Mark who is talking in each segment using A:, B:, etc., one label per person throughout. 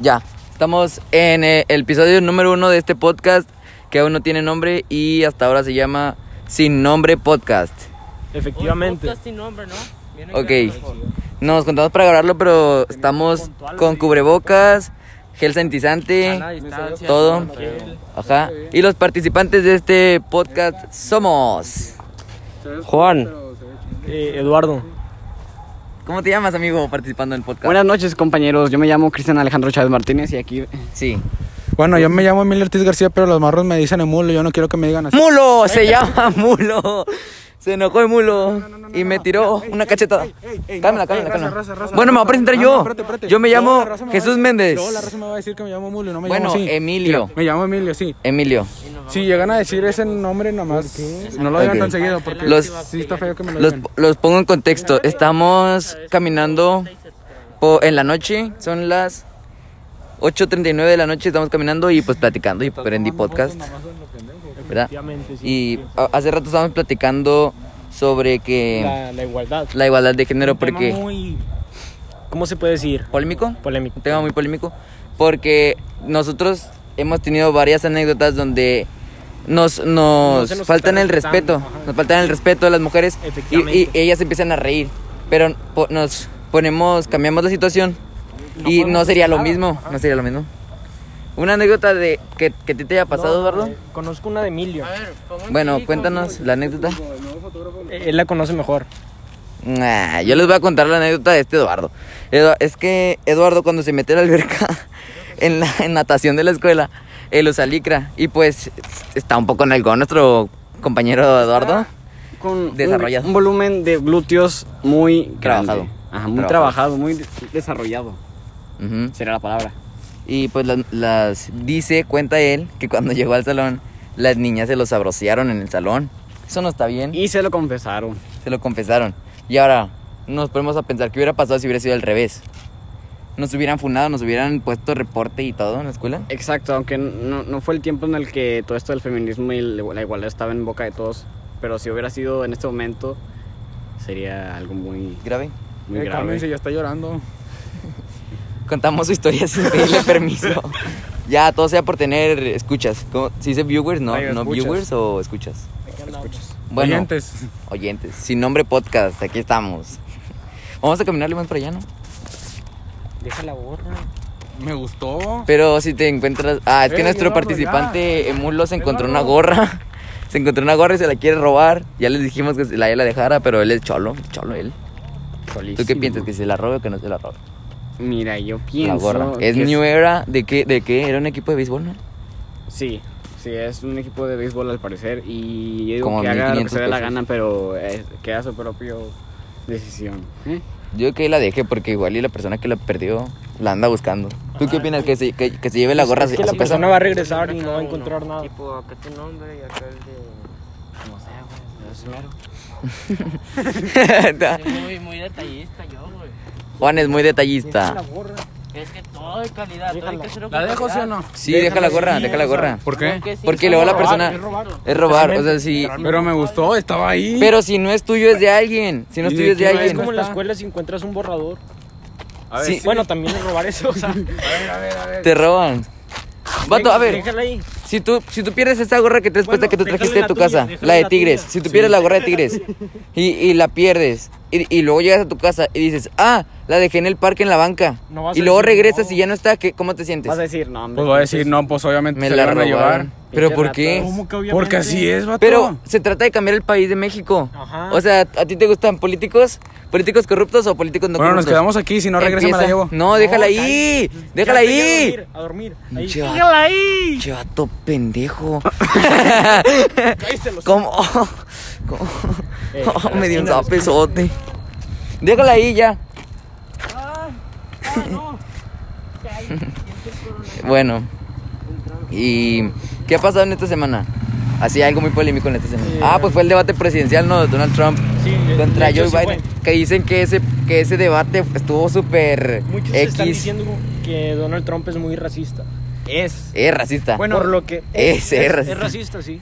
A: Ya, estamos en eh, el episodio número uno de este podcast que aún no tiene nombre y hasta ahora se llama Sin Nombre Podcast.
B: Efectivamente.
C: Un podcast sin nombre, ¿no? Viene
A: Ok.
C: claro.
A: Nos contamos para grabarlo, pero estamos con cubrebocas, gel sanitizante,
C: Sana distancia,
A: todo.
C: no, pero-
A: Ajá. Y los participantes de este podcast somos.
D: Juan.
B: Eh, Eduardo.
A: ¿Cómo te llamas, amigo, participando en el podcast?
D: Buenas noches, compañeros. Yo me llamo Cristian Alejandro Chávez Martínez y aquí.
A: Sí.
E: Bueno, yo me llamo Emilio Ortiz García, pero los marros me dicen emulo, yo no quiero que me digan así.
A: ¡Mulo! Se llama Mulo. Se enojó el mulo y me tiró una cachetada. Cálmala, cálmala, cálmala. Bueno, me voy a presentar
E: No, no,
A: yo.
E: espérate, espérate.
A: Yo me
E: Luego
A: llamo
E: la raza me va a
A: Jesús
E: decir-
A: Méndez.
E: luego la raza me va a decir que me llamo Emulio, no me
A: Bueno,
E: llamo así.
A: Emilio.
E: Me llamo Emilio, sí.
A: Emilio.
E: Si llegan a decir ese nombre nomás, no lo digan tan seguido porque
A: Los-
E: sí está feo que me lo
A: Los,
E: digan.
A: los pongo en contexto. Estamos caminando po- en la noche. Son las 8.39 de la noche. Estamos caminando y pues platicando y prendí podcast. ¿Verdad?
B: Efectivamente, sí.
A: Y a- hace rato estábamos platicando sobre que
B: La, la igualdad.
A: la igualdad de género
B: Un tema
A: porque...
B: muy- ¿Cómo se puede decir?
A: ¿Polémico?
B: Polémico.
A: un tema muy polémico porque nosotros hemos tenido varias anécdotas donde nos,
B: No
A: nos
B: se nos
A: faltan
B: está
A: el respeto,
B: respetando, ajá.
A: nos faltan el respeto de las mujeres y- y,
B: Efectivamente.
A: ellas empiezan a reír, pero po- nos ponemos, cambiamos la situación y no sería lo mismo, no sería lo mismo. Una anécdota de que, que a ti te haya pasado, Eduardo.
B: Eh, Conozco una de Emilio.
A: Bueno, cuéntanos la anécdota.
B: Eh, Él la conoce mejor.
A: Nah, Ah, yo les voy a contar la anécdota de este Eduardo. Edu- es que Eduardo cuando se metió a la alberca en la en natación de la escuela, él usa licra y pues es- está un poco en algo nuestro compañero Eduardo.
D: Con un-
A: Desarrollado.
D: Un, volumen de glúteos muy. grande.
A: Trabajado.
D: Ajá, muy
A: Trabajado.
D: trabajado, muy de- desarrollado.
A: Ujú.
D: Será la palabra.
A: Y pues la- las dice, cuenta él, que cuando llegó al salón, las niñas se lo sabrosearon en el salón. Eso no está bien.
D: Y se lo confesaron.
A: Se lo confesaron. Y ahora nos ponemos a pensar qué hubiera pasado si hubiera sido al revés. Nos hubieran funado, nos hubieran puesto reporte y todo en la escuela.
D: Exacto, aunque no, no fue el tiempo en el que todo esto del feminismo y la la igualdad estaba en boca de todos. Pero si hubiera sido en este momento, sería algo muy,
A: Grave.
D: muy
E: Eh, cálmense,
D: grave.
E: ya está llorando.
A: contamos su historia sin pedirle permiso. Ya, todo sea por tener escuchas. ¿Cómo? ¿Se dice viewers? No,
E: Oye,
A: no
E: escuchas.
A: viewers o escuchas. Bueno,
E: Oyentes.
A: oyentes. Sin nombre podcast, aquí estamos. Vamos a caminarle más para allá, ¿no?
B: Deja la gorra.
E: Me gustó.
A: Pero si te encuentras... Ah, es que
E: Ey,
A: nuestro
E: Eduardo,
A: participante Emulo se encontró una
E: Eduardo.
A: gorra. Se encontró una gorra y se la quiere robar. Ya les dijimos que se la, ya la dejara, pero él es cholo, cholo él. ¿Tú qué
D: Solísimo.
A: piensas? ¿Que se la robe o que no se la robe?
D: Mira, yo pienso.
A: La gorra. Es
D: que
A: New Era, ¿de qué? ¿De qué? ¿Era un equipo de béisbol, no?
D: Sí, sí, es un equipo de béisbol al parecer y yo digo
A: Como
D: que haga lo que
A: 1500
D: se dé la
A: pesos.
D: gana, pero eh, queda su propia decisión. ¿eh?
A: Yo que la dejé porque igual y la persona que la perdió la anda buscando. ¿Tú qué opinas? ¿Que se, que, que se lleve la gorra
B: Ah, Pues Es
A: a
B: que
A: su
B: la
A: casa?
B: persona va a regresar y no va a encontrar nada.
C: Tipo, acá tu nombre y acá el de. No sé, güey. Es mero.
B: Ah.
C: Soy muy, muy detallista yo, güey.
A: Juan es muy detallista.
C: Es que todo es calidad, todo hay que hacerlo
E: ¿La
C: con
E: dejo sí o
C: calidad.
E: no?
A: Sí, deja la gorra, deja la gorra.
E: ¿Por qué?
C: Porque, sí,
A: Porque
C: es
A: luego la
C: robar,
A: persona
C: es robar.
A: es robar, o sea, sí.
E: Pero me gustó, estaba ahí.
A: Pero si no es tuyo es de alguien, si no es
E: ¿Y
A: tuyo
E: de
A: es de
E: quién
B: Es
A: alguien.
B: como en la escuela si encuentras un borrador.
A: Sí,
B: Bueno, también es robar eso. O sea,
A: te roban. Vato, a ver,
B: Déjala ahí.
A: si tú, si tú pierdes esa gorra que te puesta
B: Bueno,
A: que tú
B: déjale
A: trajiste de
B: la
A: tu
B: tuya,
A: casa,
B: déjale
A: la de
B: la
A: Tigres,
B: tuya.
A: si tú pierdes la gorra de Tigres y, y la pierdes y, y luego llegas a tu casa y dices, ah, la dejé en el parque en la banca
B: No vas
A: y
B: a
A: luego
B: decir,
A: regresas
B: no.
A: y ya no está, ¿qué, ¿cómo te sientes?
D: Vas a decir, no, hombre,
E: Pues voy a decir, no, pues obviamente
A: Me
E: se
A: la
E: van a llevar.
A: robaron. ¿Pero
D: Pinche
A: por qué?
D: ratón.
B: que obviamente?
E: Porque así es, vato.
A: Pero se trata de cambiar el país de México.
B: Ah, Ajá.
A: O sea, ¿a ti te gustan políticos? ¿Políticos corruptos o políticos no
E: bueno, nos
A: corruptos?
E: quedamos aquí, si no regresa me la
A: Empieza-
E: llevo.
A: No, déjala ahí. Déjala
B: Ya te voy
A: ahí.
B: A dormir. a dormir.
A: Pinche
B: Ahí.
A: vato.
B: ahí.
A: Che, vato pendejo. ¿Cómo? ¿Cómo?
B: Eh,
A: Oh,
B: a la
A: me dio un
B: esquina.
A: zapesote. Déjala ahí ya.
B: Ah,
A: bueno. ¿Y qué ha pasado en esta semana? Así algo muy polémico en esta semana. Ah, pues fue el debate presidencial, ¿no? Donald Trump
B: Sí, de-
A: contra
B: de
A: Joe
B: hecho, sí
A: Biden. Que dicen que ese, que ese debate estuvo súper
B: Muchos están
A: X.
B: diciendo que Donald Trump es muy racista. Es.
A: Es racista.
B: Bueno, por lo que
A: es, es racista.
B: racista, sí.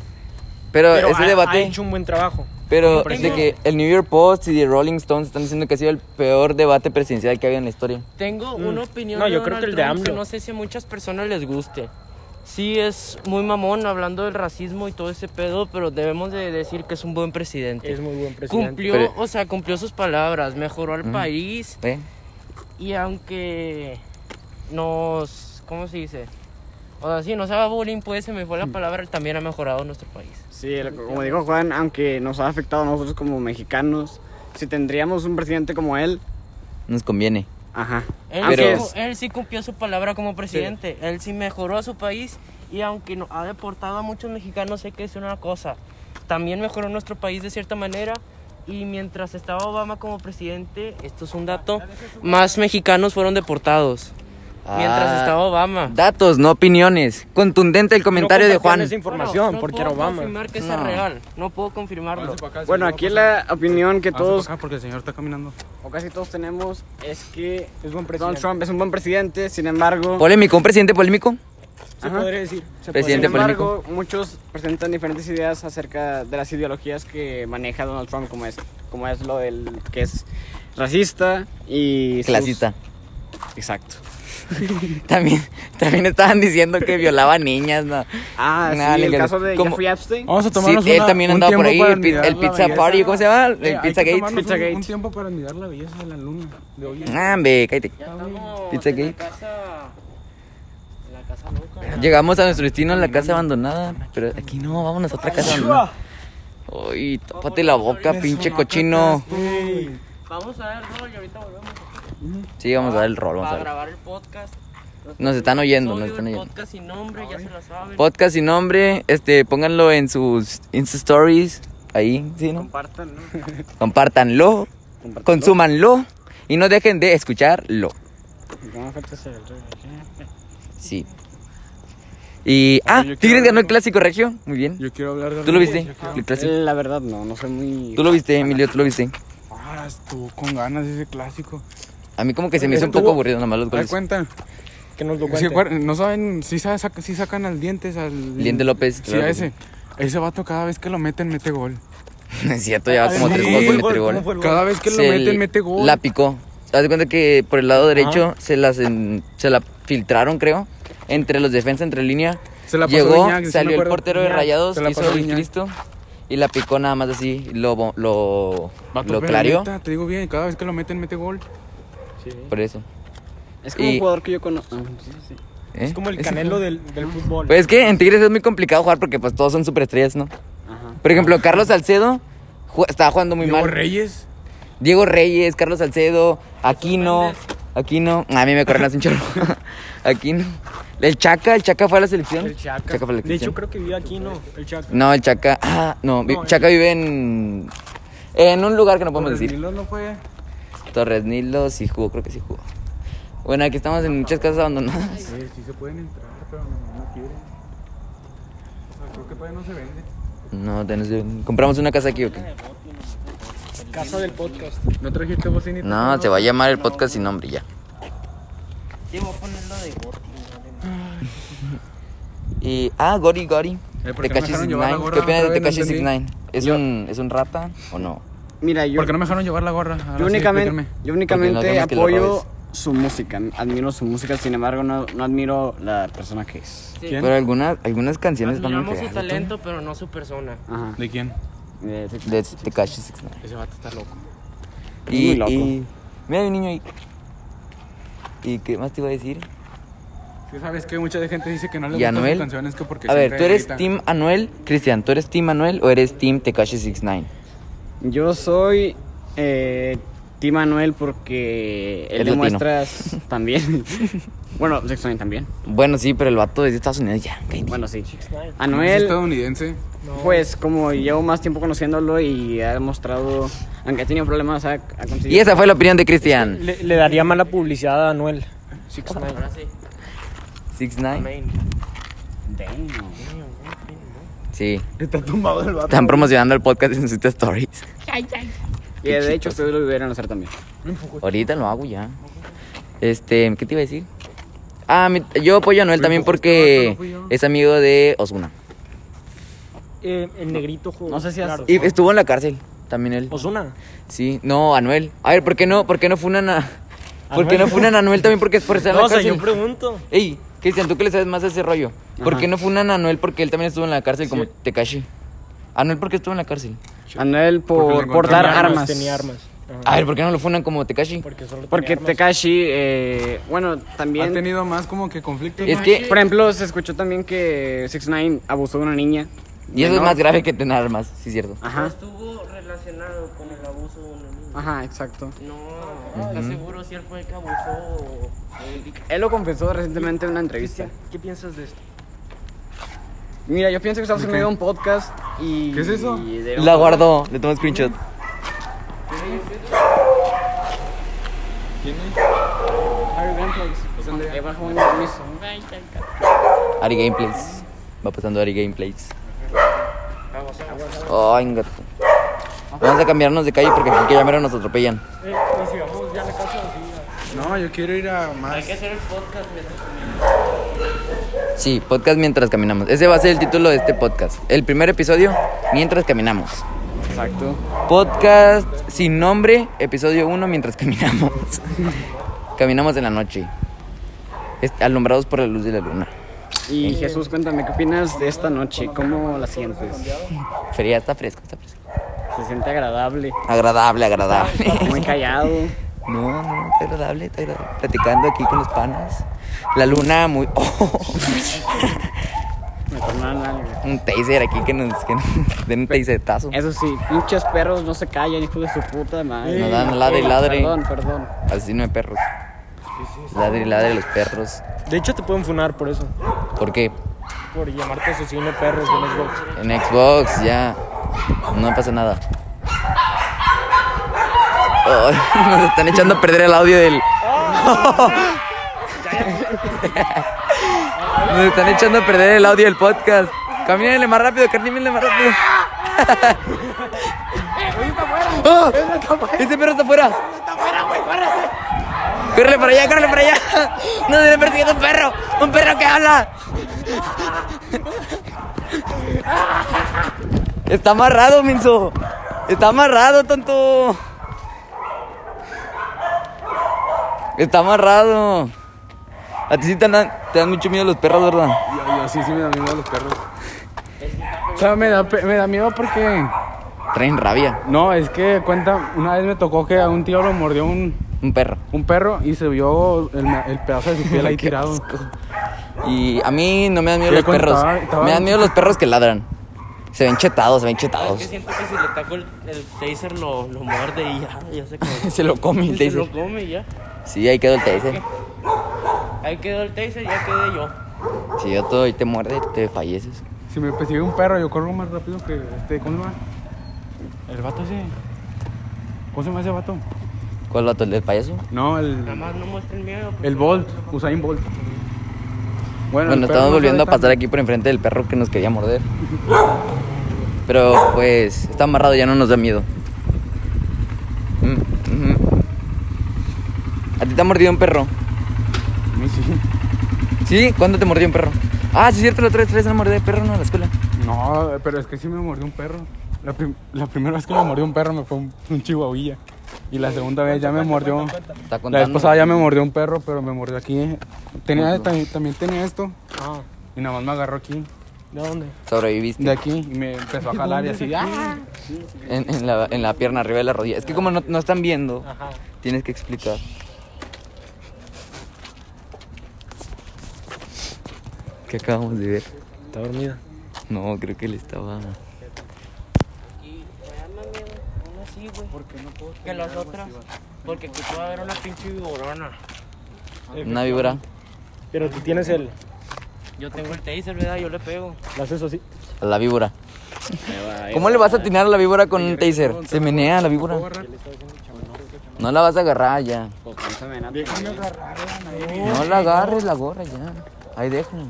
A: pero,
B: Pero
A: ese
B: ha-
A: debate.
B: ha hecho un buen trabajo.
A: Pero
B: Como
A: de que el New York Post y The Rolling Stones están diciendo que ha sido el peor debate presidencial que había en la historia.
F: Tengo
B: Mm.
F: una opinión
B: No,
F: de
B: yo creo
F: Donald
B: que el de
F: Trump que
B: AMLO.
F: no sé si a muchas personas les guste. Sí es muy mamón hablando del racismo y todo ese pedo, pero debemos de decir que es un buen presidente.
B: Es muy buen presidente.
F: cumplió,
A: Pero-
F: o sea, cumplió sus palabras, mejoró al
A: Mm.
F: país
A: ¿Eh?
F: y aunque nos, ¿cómo se dice? O sea, sí, no se haga bullying, pues se me fue la palabra, también ha mejorado nuestro país.
D: Sí, el- como dijo Juan, aunque nos ha afectado a nosotros como mexicanos, si tendríamos un presidente como él,
A: Nos conviene.
D: ajá.
F: Él,
A: Pero-
F: sí, cu- él sí cumplió su palabra como presidente. Él sí mejoró a su país. Y aunque no, ha deportado a muchos mexicanos, sé que es una cosa. También mejoró nuestro país de cierta manera. Y mientras estaba Obama como presidente, esto es un dato, más mexicanos fueron deportados.
A: Ah,
F: Mientras estaba Obama.
A: Datos, no opiniones. Contundente el comentario de Juan.
B: esa información
F: Bueno,
B: porque
F: no
B: era
F: puedo
B: Obama.
F: confirmar que sea
A: No.
F: real. No puedo confirmarlo.
D: Bueno, aquí la opinión que todos,
E: porque el señor está caminando.
D: o casi todos tenemos, es que
B: Es buen
D: Donald
B: presidente.
D: Trump es un buen presidente, sin embargo...
A: Polémico, un presidente polémico.
B: Se
D: Ajá.
B: podría decir. se
A: Presidente
D: Sin embargo, muchos presentan diferentes ideas acerca de las ideologías que maneja Donald Trump, como es, como es lo del que es racista y... sus-
A: Clasista.
D: Exacto.
A: También, también estaban diciendo que violaba niñas, ¿no?
D: Ah,
A: Nada,
D: sí, el
A: legal.
D: caso de
A: ¿Cómo? Ah,
D: Jeffrey Epstein.
E: Vamos a
A: Sí,
E: tomarnos
A: él
E: una-
A: también
E: un
A: andaba por ahí,
E: tiempo para
A: el, pi-
E: admirar
A: el
E: la
A: Pizza
E: belleza.
A: Party, ¿cómo se llama? El
E: Eh, hay que
A: Pizza Gate.
E: tomarnos
D: Pizza
E: un-
D: Gate.
E: Un tiempo para admirar la belleza de la luna de hoy.
A: Ah, hombre, cállate. Pizza en la Gate. Eh. Llegamos a nuestro destino en la casa abandonada, pero aquí no, vámonos a otra casa abandonada. Uy, tápate la boca, pinche cochino.
F: Vamos a ver el rol y ahorita volvemos.
A: Sí, vamos a dar el rol, vamos a
F: Para
A: ver.
F: grabar el podcast.
A: Nos están oyendo, nos
F: Episodio,
A: están
F: el
A: oyendo.
F: podcast sin nombre, ya se lo saben.
A: Podcast sin nombre, este, pónganlo en sus Insta Stories, ahí, ¿sí, no?
D: Compartan,
A: Compártanlo,
D: Compártanlo.
A: consúmanlo y no dejen de escucharlo.
D: ¿no?
A: Sí. Y, ah, Tigres ganó el Clásico Regio, muy bien.
E: Yo quiero hablar de
A: ¿Tú lo viste? El clásico.
E: Eh,
D: Eh, La verdad, no, no soy muy...
A: Tú lo viste, Emilio, tú lo viste.
E: Ah, estuvo con ganas ese clásico.
A: A mí como que se me hizo un poco
E: Estuvo-
A: aburrido nomás los
E: ¿Te
A: goles.
E: cuenta?
B: Que nos lo
E: Sí,
B: cuente.
E: acuer- no saben, si sacan, sí sacan al dientes al.
A: Diente López,
E: Sí,
A: claro
E: a
A: que
E: ese. Ese vato cada vez que lo meten mete gol.
A: Es cierto, lleva Ah, como
E: Ah, Sí.
A: tres
E: ¿Cómo
A: goles
E: fue
A: de
E: el
A: meter gol.
B: ¿Cómo fue el gol?
E: Cada vez que lo
A: Se
E: meten mete gol.
A: La picó. Haz de cuenta que por el lado derecho se, las en- se la filtraron, creo, entre los defensas, entre línea.
E: Se la pasó
A: Llegó,
E: Guiñac, sí me
A: salió el
E: acuerdo.
A: portero de
E: Guiñac,
A: Rayados,
E: se la
A: hizo
E: pasó
A: el
E: Guiñac.
A: Cristo, y la picó nada más así, lo, bo- lo,
E: Vato,
A: lo
E: pero
A: clareó.
E: neta, te digo bien, cada vez que lo meten mete gol.
A: Por eso.
D: Es como
A: Y-
D: un jugador que yo conozco. Ah, sí, sí.
A: ¿eh?
B: Es como el canelo del, del fútbol.
A: Pues es que en Tigres es muy complicado jugar porque pues todos son superestrellas, ¿no?
D: Ajá.
A: Por ejemplo, Carlos Salcedo ju- estaba jugando muy
E: Diego
A: mal.
E: Reyes.
A: Diego Reyes, Carlos Salcedo, Aquino, Aquino, a mí me corren hace un chorro. Aquino. El Chaca, el Chaca fue a la selección.
B: El Chaca.
A: fue a la
B: de
A: selección.
B: hecho, creo que vive aquí, ¿no? El Chaca.
A: No, el Chaca. Ah, no, vi-
B: No, el-
A: Chaca vive en en un lugar que no podemos decir.
E: Torres Nilo no fue.
A: Torres Nilo sí jugó, creo que sí jugó. Bueno, aquí estamos en muchas casas abandonadas.
E: Sí, sí se pueden entrar, pero no, no quieren. O sea, creo que todavía no se vende.
A: No, tenemos- compramos una casa aquí o qué?
B: Casa del podcast.
E: ¿No trajiste bocinita?
A: No, se va a llamar el podcast sin nombre ya.
F: Sí, voy a ponerlo de Gotti, ¿vale?
A: Y ah, Gori Gori.
E: Eh, ¿por qué no
A: Tekashi
E: dejaron llevar la
A: 69.
E: gorra
A: ¿Qué opinas de
E: otra vez? No
A: Tekashi
E: entendí.
A: 69? ¿Es un es un rata o no?
D: Mira, yo,
E: ¿Por qué no me dejaron llevar la gorra? Ahora
D: yo
E: sí,
D: únicamente,
E: explíquenme.
D: yo
A: Porque no
D: únicamente
A: queremos que lo
D: apoyo
A: robes.
D: su música. Admiro su música, sin embargo, no, no admiro la persona que es.
F: Sí.
E: ¿Quién?
A: Pero algunas algunas canciones están muy
F: Admiramos su
A: feas. ¿no?
F: talento, pero no su persona.
D: Ajá.
E: ¿De quién?
D: Eh,
A: de Tekashi 69.
E: Ese vato está loco.
A: Y,
D: muy loco.
A: y- mira, hay un niño ahí. ¿Y qué más te iba a decir?
E: Sí, sabes que mucha gente dice que no le
A: ¿Y
E: gustan sus
A: Anuel?
E: canciones que porque
A: a ver,
E: siempre
A: ¿tú eres
E: grita.
A: Team Anuel, Cristian? ¿Tú eres Team Anuel o eres Team Tekashi 69?
D: Yo soy eh, Tim Manuel porque
A: Es
D: él
A: latino.
D: demuestra también. bueno, Sex Nine también.
A: Bueno, sí, pero el vato es de Estados Unidos ya. cállate.
D: Bueno, sí.
E: ¿Es
D: Anuel,
E: estadounidense.
D: pues como llevo más tiempo conociéndolo y ha demostrado, aunque ha tenido problemas, ha, ha conseguido.
A: Y esa fue la opinión de Cristian.
B: Le, le daría mala publicidad a Anuel.
F: Ahora sí.
A: 69.
F: Amén.
D: Damn.
A: Sí. Están promocionando el podcast en sus Insta stories.
D: Y de hecho, ustedes lo debieran hacer también.
A: Ahorita lo hago ya. Este, ¿qué te iba a decir? Ah, mi- yo apoyo a Anuel también porque es amigo de Osuna.
B: eh, el negrito jugó.
D: No sé si has-
B: claro. Pues-
A: Y estuvo en la cárcel también él.
B: Osuna.
A: Sí, no, Anuel. A ver, ¿por qué no, por qué no funan a. ¿Por qué
B: Anuel.
A: no funan a Anuel también? Porque es por estar en
B: No,
A: la
B: o sea, yo
A: cárcel.
B: pregunto.
A: Ey, Cristian, tú que le sabes más a ese rollo. ¿Por
D: Ajá.
A: qué no funan a Anuel? Porque él también estuvo en la cárcel como
B: Sí.
A: Tekashi. Anuel, ¿por qué estuvo en la cárcel?
D: Anuel
E: Porque
D: por,
E: le
D: por dar
B: Tenía
D: armas.
B: Tenía armas. Ajá.
A: A ver, ¿por qué no lo funan como Tekashi?
B: Porque solo tenía
D: Porque
B: armas.
D: Tekashi, eh, bueno,
E: Ha
D: también...
E: tenido más como que conflictos.
A: Es
E: ¿no?
A: que.
D: Por ejemplo, se escuchó también que 6ix9ine abusó de una niña.
A: Y eso es
D: menor.
A: más grave que tener armas, sí, cierto.
D: Ajá,
F: Estuvo relacionado con el abuso de una
A: Ah.
F: niña.
D: ajá, exacto.
F: No, ¿estás seguro si él fue el que abusó?
D: Él lo confesó recientemente en una entrevista.
B: ¿Qué piensas de esto?
D: Mira, yo pienso que estamos en medio de un podcast y...
E: ¿Qué es eso?
D: y debemos-
A: La guardó, le tomo screenshot.
D: Harry Gameplays. Eh, bajo un permiso.
A: Ari Gameplays. Va pasando Ari Gameplays. Ay, gato. Vamos a cambiarnos de calle porque aquí que llamaron nos atropellan.
B: Eh, y si vamos ya a la casa o sí.
E: No, yo quiero ir a más.
F: hacer el podcast mientras
A: Sí, podcast mientras caminamos. Ese va a ser el título de este podcast. El primer episodio, mientras caminamos.
D: Exacto.
A: Podcast sin nombre, episodio 1, mientras caminamos. caminamos en la noche. Est- Alumbrados por la luz de la luna.
D: Y Jesús, cuéntame, ¿qué opinas de esta noche? ¿Cómo la sientes? Se
A: Fría, está fresco, está fresco.
D: siente agradable,
A: Agradable, agradable.
D: muy callado.
A: No, no, está agradable, está agradable. Platicando aquí con los panas. La luna muy. Oh,
D: Me tornaron algo.
A: un taser aquí que nos, que nos den un tasetazo.
D: Eso sí, pinches perros no se callan, hijo de su puta madre.
A: Nos dan ladre y ladre.
D: Perdón, perdón.
A: Asesino de perros. Ladre y ladre los perros.
B: De hecho, te pueden funar por eso.
A: ¿Por qué?
B: Por llamarte asesino perros de Xbox.
A: En Xbox ya. No pasa nada. Ay, nos están echando a perder el audio del. Nos están echando a perder el audio del podcast. Camínenle más rápido, camínenle más rápido. ¡Oh! ¡Ese perro está afuera! ¡Córrele para allá, córrele para allá! ¡Nos están persiguiendo un perro! ¡Un perro que habla! Está amarrado, Minzo. Está amarrado, tonto. Está amarrado. A ti sí te dan, te dan mucho miedo los perros, ¿verdad?
E: Yo, yo sí, sí me da miedo los perros. O sea, me da, pe- me da miedo porque.
A: Traen rabia.
E: No, es que cuenta. Una vez me tocó que a un tío lo mordió un,
A: Un perro.
E: un perro y se vio el, ma- el pedazo de su piel ahí
A: Qué
E: tirado.
A: asco. Y a mí no me dan miedo
E: Ya
A: los
E: cuando
A: perros.
E: estaba- estaba-
A: Me dan miedo los perros que ladran. Se ven chetados, se ven chetados.
F: que siento que si le taco el, el taser lo, lo muerde y ya, ya se come.
A: Se lo come el
F: Se
A: taser.
F: lo come y ya.
A: Sí, ahí quedó el taser.
F: Ahí quedó el taser, ya quedé yo.
A: Si yo todo y te muerde, te falleces.
E: Si me persigue un perro, yo corro más rápido que este. ¿Cómo se llama? El vato ese. ¿Cómo se llama ese vato?
A: ¿Cuál vato? ¿El del payaso?
F: Nada
E: No, el.
F: más no muestren miedo. pues,
E: El Bolt. Usain Bolt. Bueno, el
A: Bueno,
E: perro
A: estamos
E: no
A: volviendo a
E: sabe
A: pasar
E: tanto.
A: aquí por enfrente del perro que nos quería morder. Pero pues está amarrado, ya no nos da miedo. Mm, ujú. ¿A ti te ha mordido un perro?
E: A mí sí.
A: ¿Sí? ¿Cuándo te mordió un perro? Ah, sí, es cierto, la otra vez traes una mordida de perro, ¿no? A la escuela.
E: No, pero es que sí me mordió un perro. La, prim- la primera vez que me mordió un perro me fue un, un chihuahuilla. Y la segunda vez ya me mordió.
A: Está
E: La vez
A: contando.
E: pasada ya me mordió un perro, pero me mordió aquí. eh. Tenía, también, también tenía esto.
B: Ah,
E: Y nada más me agarró aquí,
B: ¿de dónde?
A: Sobreviviste.
E: de aquí, y me empezó a jalar y así. ¡ah!
A: En, en la, en la pierna, arriba de la rodilla. Es que como no, no están viendo,
E: Ah.
B: Ajá.
A: tienes que explicar. ¿Qué acabamos de ver?
B: Está dormida.
A: No, creo que le estaba...
F: Una sí, güey. ¿Por qué no puedo? Que las otras. Porque aquí puede haber una pinche viborona.
A: Una víbora.
B: Pero tú tienes el.
F: Yo tengo el taser, ¿verdad? Yo le pego.
B: ¿Lo haces así?
A: A la víbora. ¿Cómo le vas a atinar a la víbora con un taser? Se menea la víbora. No la vas a agarrar ya.
D: Pues piénsame, Nato.
A: No la agarres la gorra ya. Ahí déjalo.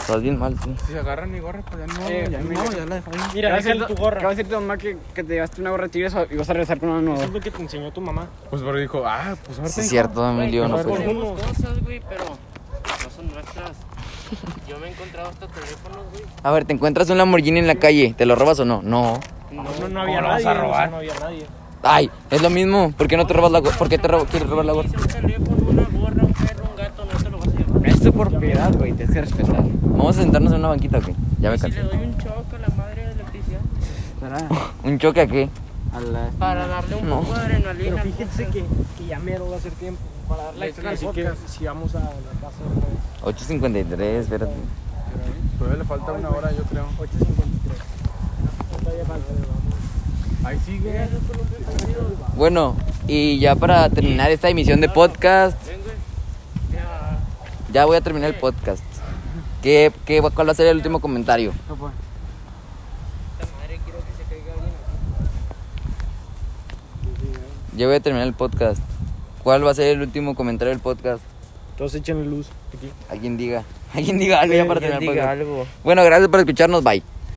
A: Estás bien mal, tú.
E: Si se agarran mi gorra, pues ya no,
D: Eh,
E: ya no, ya la dejaron.
B: Mira, esa es tu
D: Acaba
B: gorra.
D: de decirte, mamá, que, que te llevaste una gorra tibia y vas a regresar con
A: Ah.
D: una
B: Eso es
D: nueva.
B: lo que te enseñó tu mamá.
E: Pues pero dijo, ah, pues ahorita.
A: Sí, es cierto, Emilio. No
B: Por
A: fue.
B: uno.
F: Tenemos cosas, güey, pero no son nuestras. Yo me he encontrado hasta teléfonos, güey.
A: A ver, te encuentras un Lamborghini en la calle, ¿te lo robas o no? No.
F: No,
B: No, no había
E: ¿Cómo lo vas
B: nadie.
E: a
B: o sea,
E: robar?
B: no había nadie.
A: Ay, es lo mismo. ¿Por qué no te robas la gorra? ¿Por qué te robo- quieres robar la gorra?
F: Si un teléfono, una gorra, un perro, un gato, no te lo vas a llevar.
D: Es tu propiedad, güey, tienes que respetar.
A: Vamos a sentarnos en una banquita, ¿ok? Ya me
F: Y si
A: cansé.
F: le doy un choque a la madre de electricidad
D: ¿Verdad?
A: ¿Un choque aquí?
D: A la...
F: para darle un
A: No.
F: poco de adrenalina.
B: Pero
F: al
B: fíjense que,
F: podcast.
B: que ya mero va a ser tiempo para darle
F: Es
B: extra
F: que
B: al
F: sí
B: podcast si vamos a la casa de los
A: 8.53, espérate.
E: Todavía le falta una hora, yo creo.
B: 8.53. No, todavía falta, vamos.
E: Ahí sigue.
A: Bueno, y ya para terminar esta emisión de podcast,
F: Ven, güey. Ya.
A: ya voy a terminar el podcast. ¿Qué, qué, ¿Cuál va a ser el último comentario?
F: Esta madre quiero que se caiga alguien.
A: Ya voy a terminar el podcast. ¿Cuál va a ser el último comentario del podcast?
B: Todos echen luz aquí.
A: Alguien diga. Alguien diga algo ya para terminar el podcast.
F: algo.
A: Bueno, gracias por escucharnos. Bye.